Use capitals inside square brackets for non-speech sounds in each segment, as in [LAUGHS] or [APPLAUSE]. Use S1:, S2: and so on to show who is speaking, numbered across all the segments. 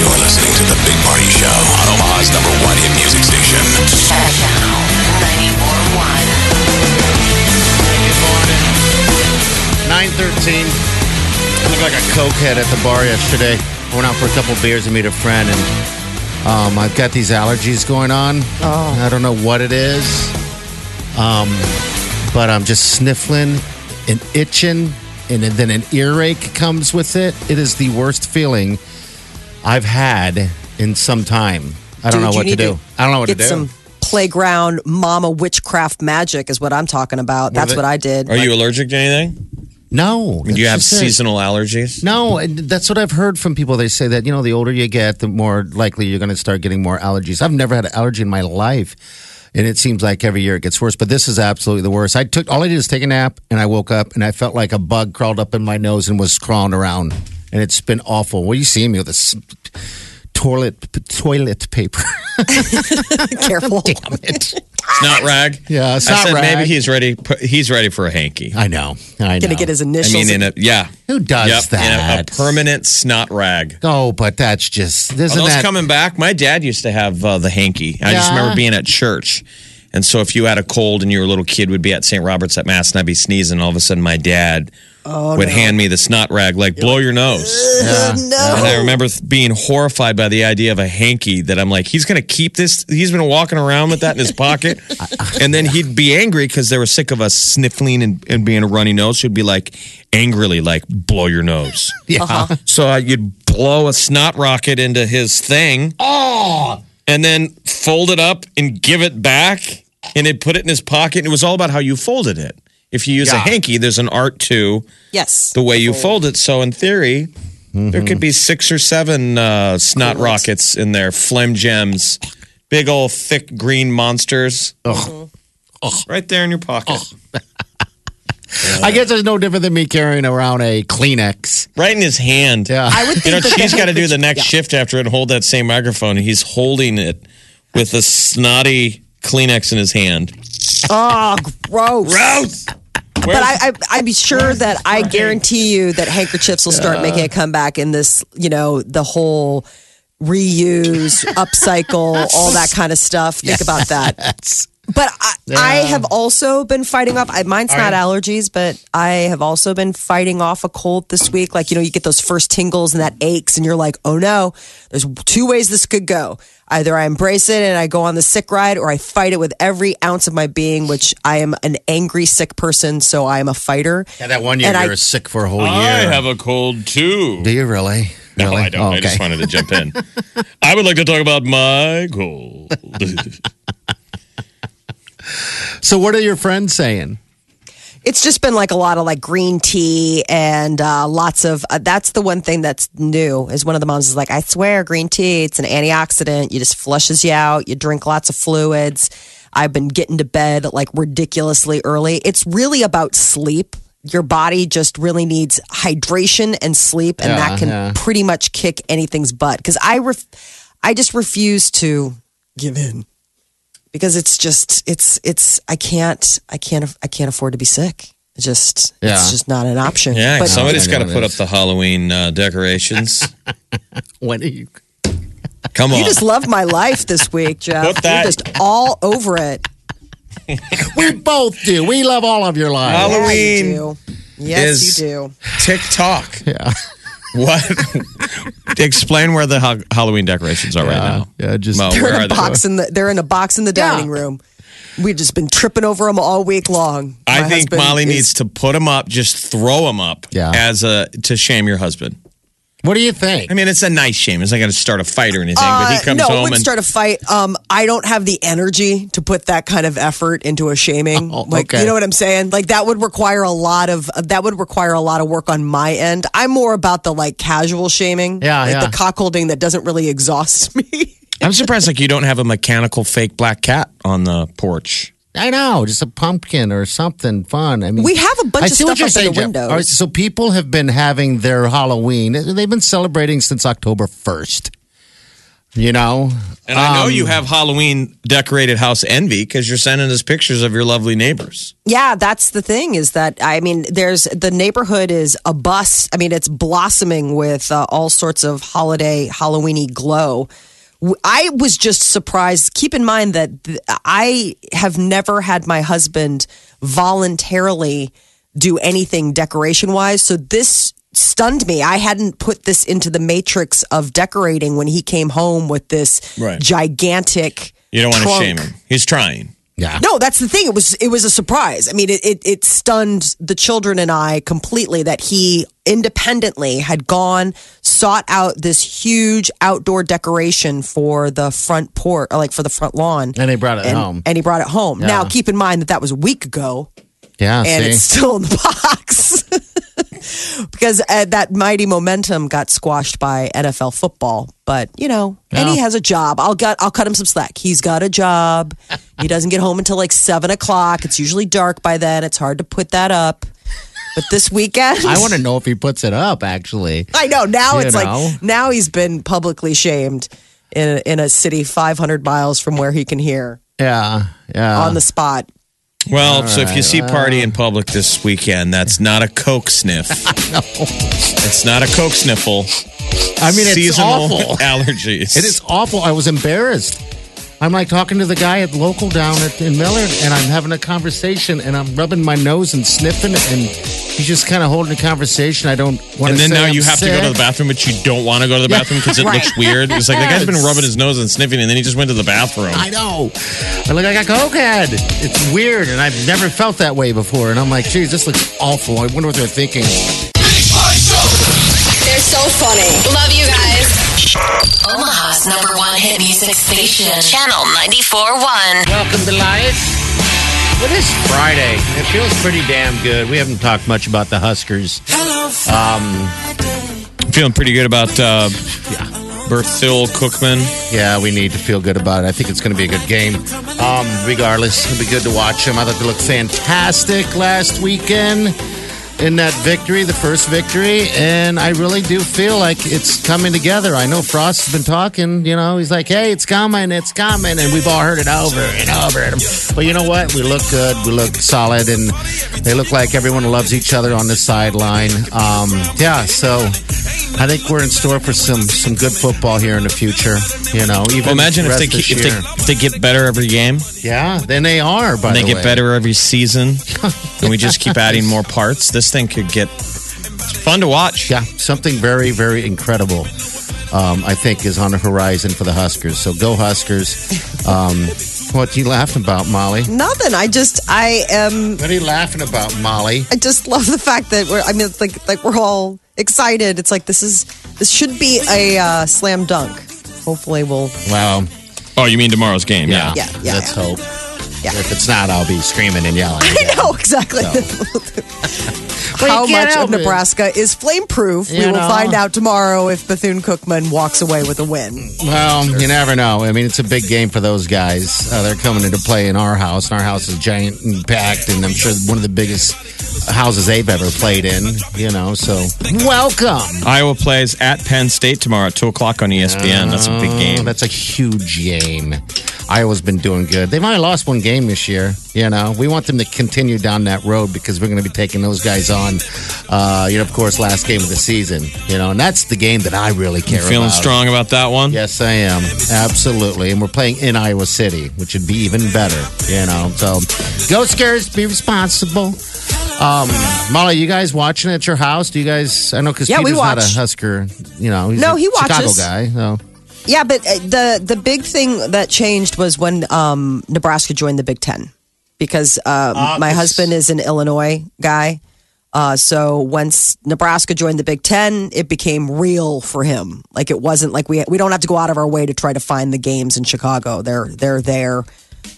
S1: You're listening to The Big Party Show on Omaha's number one hit music station.
S2: Channel 941.
S3: 913. I looked like a cokehead at the bar yesterday. I went out for a couple beers and meet a friend, and um, I've got these allergies going on. Oh. I don't know what it is, um, but I'm just sniffling and itching, and then an earache comes with it. It is the worst feeling I've had in some time. I don't
S4: Dude,
S3: know
S4: you
S3: what to
S4: need
S3: do.
S4: to
S3: I don't know what to
S4: Get
S3: do.
S4: some playground mama witchcraft magic is what I'm talking about. That's
S3: they-
S4: what I did.
S5: Are you allergic to anything?
S3: no,
S5: Do you
S3: it's
S5: have
S3: just it.
S5: seasonal allergies?
S3: No, and that's what I've heard from people. They say that, you know, the older you get, the more likely you're going to start getting more allergies. I've never had an allergy in my life. And it seems like every year it gets worse, but this is absolutely the worst. I took all I did is take a nap and I woke up and I felt like a bug crawled up in my nose and was crawling around. And it's been awful. What do you see me with this toilet toilet paper? [LAUGHS]
S4: Careful.
S3: Damn it.
S5: It's not rag.
S3: Yeah, it's
S5: I
S3: not
S5: said
S3: rag.
S5: maybe he's ready. He's ready for a hanky.
S3: I know. I know.
S4: Gonna get his
S5: I
S4: initials.
S5: mean, in a yeah.
S3: Who does
S5: Yep, in a- a,
S3: that?
S5: permanent snot rag.
S3: oh, but that's just
S5: Are
S3: isn't
S5: those
S3: that
S5: coming back? My dad used to have uh, the hanky. I just
S3: Yeah.
S5: remember being at church. And so if you had a cold and you were a little kid, would be at St. Robert's at Mass and I'd be sneezing. All of a sudden, my dad
S3: Oh,
S5: would hand me the snot rag, like, blow your nose.
S3: [LAUGHS] Yeah.
S5: And I remember th- being horrified by the idea of a hanky that I'm like, he's going to keep this. He's been walking around with that in his
S3: [LAUGHS]
S5: pocket. and then he'd be angry because they were sick of us sniffling and, and being a runny nose. He'd be like, angrily, like, blow your nose.
S3: Yeah.
S4: Uh-huh.
S5: So uh, you'd blow a snot rocket into his thing. Oh! And then fold it up and give it back. And he'd put it in his pocket. And it was all about how you folded it. If you use a
S3: Yeah.
S5: hanky, there's an art to
S4: yes.
S5: the way you fold it. So in theory, there could be six or seven uh, snot rockets in there, phlegm gems, big old thick green monsters. Right there in your pocket.
S3: I guess it's no different than me carrying around a Kleenex.
S5: Right in his hand.
S3: [LAUGHS] Yeah.
S4: I would
S5: You
S4: [LAUGHS]
S5: know,
S4: think that
S5: she's
S4: the-
S5: got to do the next shift after it and hold that same microphone. He's holding it with a snotty Kleenex in his hand.
S4: Oh, gross.
S5: Gross!
S4: But I, I, I'd be sure that I guarantee you that handkerchiefs will start making a comeback in this, you know, the whole reuse, upcycle,
S3: [LAUGHS]
S4: all that kind of stuff. Think about that. But I, I have also been fighting off. I, mine's not allergies, but I have also been fighting off a cold this week. Like you know, you get those first tingles and that aches, and you're like, "Oh no!" There's two ways this could go. Either I embrace it and I go on the sick ride, or I fight it with every ounce of my being. Which I am an angry sick person, so I am a fighter.
S3: Yeah, that one year
S4: And
S3: you
S4: I-
S3: were sick for a whole year.
S5: a cold too.
S3: Do you really?
S5: No,
S3: really?
S5: I don't. I just wanted to jump in. I would like to talk about my gold.
S3: so, what are your friends saying?
S4: It's just been like a lot of like green tea and uh, lots of. Uh, that's the one thing that's new. Is one of the moms is like, I swear, green tea. It's an antioxidant. You just flushes you out. You drink lots of fluids. I've been getting to bed like ridiculously early. It's really about sleep. Your body just really needs hydration and sleep, and that can
S3: yeah.
S4: pretty much kick anything's butt. Because I, ref- I just refuse to give in because it's just it's it's I can't I can't I can't afford to be sick. It just
S3: Yeah.
S4: it's just not an option.
S5: Yeah,
S4: but
S5: somebody's
S3: I
S5: got
S3: know
S5: to put
S3: it
S5: up
S3: is.
S5: the Halloween uh, decorations.
S3: When are you? [LAUGHS]
S5: Come on.
S4: you just love my life
S5: [LAUGHS]
S4: this week, Jeff.
S5: Put that-
S4: You're just all over it.
S3: We both do. We love all of your lives.
S4: Yeah,
S5: Halloween
S4: you do. Yes,
S5: is-
S4: you do.
S5: TikTok.
S3: Yeah.
S5: What? Explain where the ha- Halloween decorations are right now.
S3: Yeah, just
S5: Mo,
S4: They're
S5: where
S4: in
S5: are
S4: a
S5: they?
S4: box in the they're in a box in the dining room. We've just been tripping over them all week long.
S5: I
S4: My
S5: think
S4: husband
S5: Molly
S4: is-
S5: needs to put them up. Just throw them up
S3: Yeah.
S5: as a to shame your husband.
S3: [LAUGHS] What do you think?
S5: I mean, it's a nice shame. It's not going to start a fight or anything, but he comes
S4: Uh, no, it
S5: home
S4: wouldn't
S5: and
S4: start a fight. Um, I don't have the energy to put that kind of effort into a shaming.
S3: Oh,
S4: like,
S3: okay.
S4: you know what I'm saying? Like that would require a lot of that would require a lot of work on my end. I'm more about the like casual shaming,
S3: Yeah,
S4: like
S3: yeah.
S4: the cockholding that doesn't really [LAUGHS] exhaust me.
S5: I'm surprised like you don't have a mechanical fake black cat on the porch.
S3: I know, just a pumpkin or something fun. I mean,
S4: We have a bunch
S3: I
S4: of
S3: see what
S4: stuff
S3: you're
S4: up in
S3: saying,
S4: the
S3: Jeff.
S4: windows.
S3: All right, so people have been having their Halloween. They've been celebrating since October first. You know, Um,
S5: And I know you have Halloween decorated house envy because you're sending us pictures of your lovely neighbors.
S4: Yeah, that's the thing is that I mean, there's the neighborhood is a bus. I mean, it's blossoming with uh, all sorts of holiday Halloweeny glow. W- I was just surprised. Keep in mind that th- I have never had my husband voluntarily do anything decoration wise. So this stunned me. I hadn't put this into the matrix of decorating when he came home with this
S5: Right.
S4: gigantic.
S5: You don't want to
S4: trunk.
S5: shame him. He's trying.
S3: yeah,
S4: No, that's the thing. It was it was a surprise. I mean, it, it it stunned the children and I completely that he independently had gone sought out this huge outdoor decoration for the front port, or like for the front lawn,
S3: And they brought it
S4: and,
S3: home.
S4: And he brought it home. Now, keep in mind that that was a week ago,
S3: yeah.
S4: and
S3: see?
S4: it's still in the [LAUGHS] box because uh, that mighty momentum got squashed by NFL football. But you know, and he
S3: Yeah.
S4: has a job. I'll got I'll cut him some slack. He's got a job. he doesn't get home until like seven o'clock. It's usually dark by then. It's hard to put that up. But this weekend,
S3: I want to know if he puts it up. Actually,
S4: [LAUGHS] I know now
S3: You
S4: it's
S3: know.
S4: like now he's been publicly shamed in in a city 500 miles from where he can hear
S3: yeah, yeah.
S4: on the spot.
S5: Well, so if you see party in public this weekend, that's not a coke sniff. It's not a coke sniffle.
S3: I mean, it's
S5: seasonal [LAUGHS]
S3: awful.
S5: allergies.
S3: It is awful. I was embarrassed. I'm like talking to the guy at local down at, in Millard, and I'm having a conversation, and I'm rubbing my nose and sniffing, and he's just kind of holding a conversation. I don't want
S5: And
S3: to.
S5: then
S3: say
S5: now
S3: I'm
S5: you have to go to the
S3: sick.
S5: bathroom, but you don't want to go to the bathroom because it looks weird. It's like the guy's been rubbing his nose and sniffing, and then he just went to the bathroom.
S3: I know. I look like a cokehead. It's weird, and I've never felt that way before. And I'm like, geez, this looks awful. I wonder what they're thinking.
S1: Big Party Show.
S6: They're so funny. Love you guys.
S2: Omaha's number one hit music station, Channel 94.1.
S3: Welcome to life. What is Friday? It feels pretty damn good. We haven't talked much about the Huskers.
S5: Feeling pretty good about uh, Berthil Cookman.
S3: Yeah, we need to feel good about it. I think it's going to be a good game. Um, regardless, it'll be good to watch them. I thought they looked fantastic last weekend in that victory, the first victory, and I really do feel like it's coming together. I know Frost has been talking. You know, he's like, "Hey, it's coming, it's coming," and we've all heard it over and over. And, but you know what? We look good. We look solid, and they look like everyone loves each other on the sideline. Um, yeah, so. I think we're in store for some some good football here in the future. You know, even
S5: Well, imagine if
S3: rest
S5: they,
S3: this
S5: keep, if, they,
S3: year.
S5: if they get better every game
S3: yeah, then they are. By
S5: and they
S3: the
S5: get
S3: way.
S5: better
S3: [LAUGHS]
S5: every season, and we just keep adding more parts, this thing could get it's fun to watch.
S3: Yeah, something very very incredible. Um, I think is on the horizon for the Huskers. So go Huskers! Um, what you laughing about, Molly?
S4: Nothing. I just I am
S3: What are you laughing about, Molly?
S4: I just love the fact that we're. I mean, it's like like we're all excited. It's like this is this should be a uh, slam dunk. Hopefully, we'll.
S3: Wow.
S5: Oh, you mean tomorrow's game? Yeah.
S4: Yeah, yeah,
S3: Let's
S4: yeah.
S3: hope.
S4: Yeah.
S3: If it's not, I'll be screaming and yelling.
S4: [LAUGHS] I know exactly how much of Nebraska is flame proof. We
S3: You
S4: will
S3: know.
S4: find out tomorrow if Bethune Cookman walks away with a win.
S3: Well, you never know. I mean, it's a big game for those guys. Uh, they're coming into play in our house, and our house is giant and packed, and I'm sure one of the biggest houses they've ever played in. You know, so welcome.
S5: Iowa plays at Penn State tomorrow at 2 o'clock on E ESPN. That's a big
S3: Oh,
S5: game.
S3: that's a huge game. Iowa's been doing good. They've only lost one game this year. You know, we want them to continue down that road because we're going to be taking those guys on. Uh, you know, of course, last game of the season. You know, and that's the game that I really care
S5: Feeling
S3: about.
S5: strong about that one?
S3: Yes, I am. Absolutely. And we're playing in Iowa City, which would be even better, you know. So go scares, be responsible. Um, Molly, you guys watching at your house? Do you guys I know because
S4: Yeah, we
S3: Peter's not a
S4: watch.
S3: Husker, you know, he's
S4: No,
S3: a
S4: he
S3: Chicago
S4: watches.
S3: guy. So
S4: Yeah, but uh, the the big thing that changed was when
S3: Ah,
S4: um, Nebraska joined the Big Ten because um, my husband is an Illinois guy. Uh, so once Nebraska joined the Big Ten, it became real for him. Like it wasn't like we we don't have to go out of our way to try to find the games in Chicago. They're they're there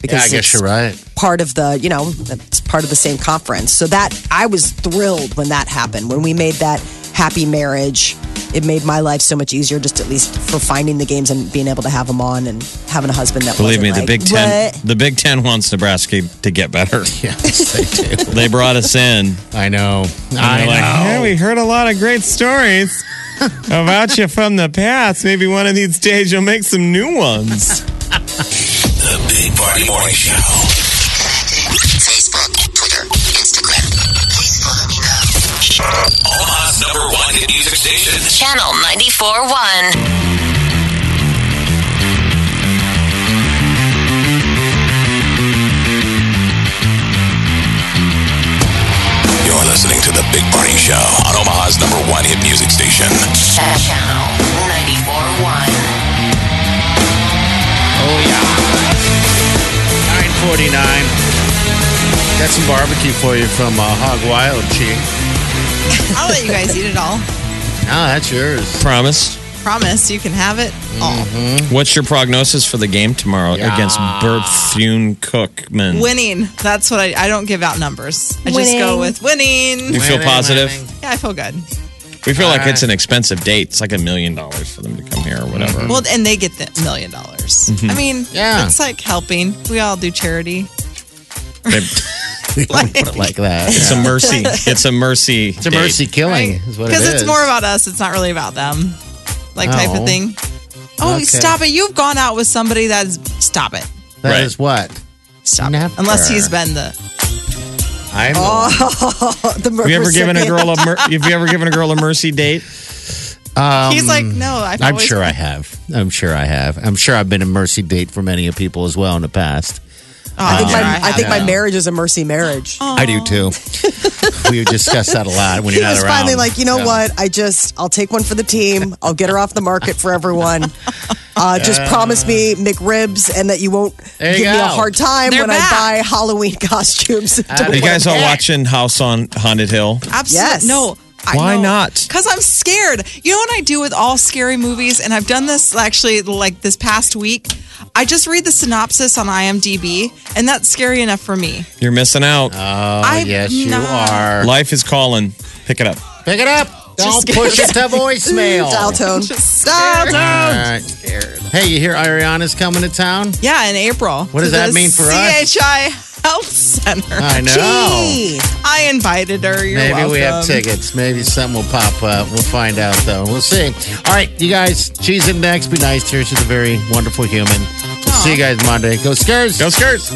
S4: because
S3: Yeah, I guess
S4: it's
S3: you're right.
S4: part of the you know it's part of the same conference. So that I was thrilled when that happened when we made that happy marriage. It made my life so much easier, just at least for finding the games and being able to have them on and having a husband that
S5: Believe me,
S4: wasn't
S5: the
S4: like,
S5: Big Ten,
S4: "What?"
S5: the Big Ten wants Nebraska to get better.
S3: [LAUGHS] Yes, they do.
S5: They brought us in.
S3: I know.
S5: And
S3: I
S5: they're like,
S3: know.
S5: "Yeah, we heard a lot of great
S3: [LAUGHS]
S5: stories about you from the past. Maybe one of these days you'll make some new ones.
S1: The Big Party Morning Show.
S2: Facebook, Twitter, Instagram. Please follow me now.
S1: Omaha's number one hit music station.
S2: Channel 94.1.
S1: You're listening to The Big Party Show on Omaha's number one hit music station.
S2: Channel 94.1.
S3: Oh yeah. Nine forty nine. Got some barbecue for you from uh, Hog Wild, Chi.
S7: I'll let you guys eat it all.
S3: Ah, that's [LAUGHS] yours.
S5: Promise.
S7: Promise you can have it all.
S3: Mm-hmm.
S5: What's your prognosis for the game tomorrow
S3: Yeah.
S5: against Berthune Cookman?
S7: Winning. That's what I. I don't give out numbers. I just go with winning.
S5: you feel
S3: Winning,
S5: positive?
S3: winning.
S7: Yeah, I feel good.
S5: We feel like
S3: All
S5: it's an expensive date. It's like a million dollars for them to come here or whatever.
S3: Mm-hmm.
S7: Well, and they get the million dollars. I mean,
S3: Yeah.
S7: it's like helping. We all do charity.
S5: They-
S3: Put it like that.
S5: it's [LAUGHS] a mercy. It's a mercy.
S3: It's a mercy killing, is what it is.
S7: Because it's more about us. It's not really about them. Like type
S3: Oh.
S7: of thing. Oh,
S3: Okay.
S7: stop it. You've gone out with somebody that's. Stop it.
S3: That
S5: Right.
S3: is what?
S7: Stop
S3: Never.
S7: it. Unless he's been the.
S3: I'm.
S4: Oh. [LAUGHS] The
S5: Have you ever given a
S4: recipient.
S5: girl a mer- have you ever given a girl a mercy date?
S7: he's like, no, I've
S3: Um, I'm
S7: always
S3: sure I have. I'm sure I have. I'm sure I've been a mercy date for many of people as well in the past.
S7: Oh, I,
S4: I think,
S7: sure
S4: my, I think
S3: Yeah.
S4: my marriage is a mercy marriage.
S3: I do
S4: [LAUGHS]
S3: too. we discuss that a lot when
S4: he
S3: you're not
S4: was
S3: around.
S4: finally like, you know
S3: Yeah.
S4: what? I just, I'll take one for the team. I'll get her off the market for everyone. Uh, just promise me McRibs and that you won't
S3: There you
S4: give me a
S3: go.
S4: hard time
S7: They're
S4: when I
S7: back.
S4: buy Halloween costumes.
S3: Outta
S5: Uh,
S4: [LAUGHS]
S5: You guys all
S3: Okay.
S5: watching House on Haunted Hill?
S7: Absolutely.
S4: Yes.
S7: No. I
S5: Why not?
S7: Because I'm scared. You know what I do with all scary movies, and I've done this actually like this past week. I just read the synopsis on IMDb, and that's scary enough for me.
S5: You're missing out.
S3: Oh,
S7: I'm
S3: yes, you
S7: not.
S3: are.
S5: Life is calling. Pick it up.
S3: Pick it up. Don't push it to voicemail.
S4: [LAUGHS] Dial tone.
S7: Just
S4: Dial
S7: scared.
S4: tone.
S3: All right. Hey, you hear Ariana's coming to town?
S7: Yeah, in April.
S3: What does
S7: to
S3: that
S7: the
S3: mean for us?
S7: CHI Health Center.
S3: I know.
S4: Gee.
S7: I invited her. You're
S3: Maybe we have
S7: welcome.
S3: tickets. Maybe something will pop up. We'll find out, though. We'll see. All right, you guys, she's in next. Be nice to her. She's a very wonderful human. We'll see you guys Monday. Go Scars.
S5: Go skirts.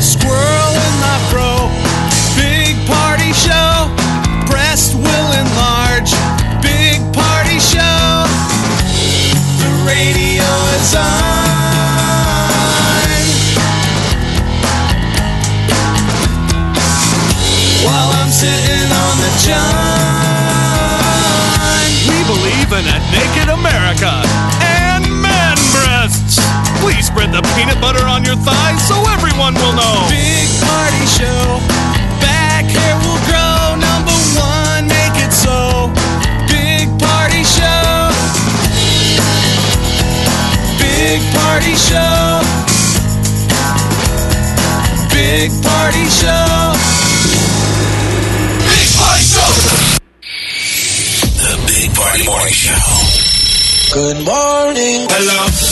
S8: Squirrel in my fro. Big party show. Breast will enlarge. Big party show. The radio is on. While I'm sitting on the john. We believe in a naked America and man breasts. Please spread the peanut butter on your thighs so everyone will know. Big party show. Back hair will grow. Number one, make it so. Big party show. Big party show. Big party show.
S1: Big Party Show. The Big Party Morning Show. Good morning. Hello.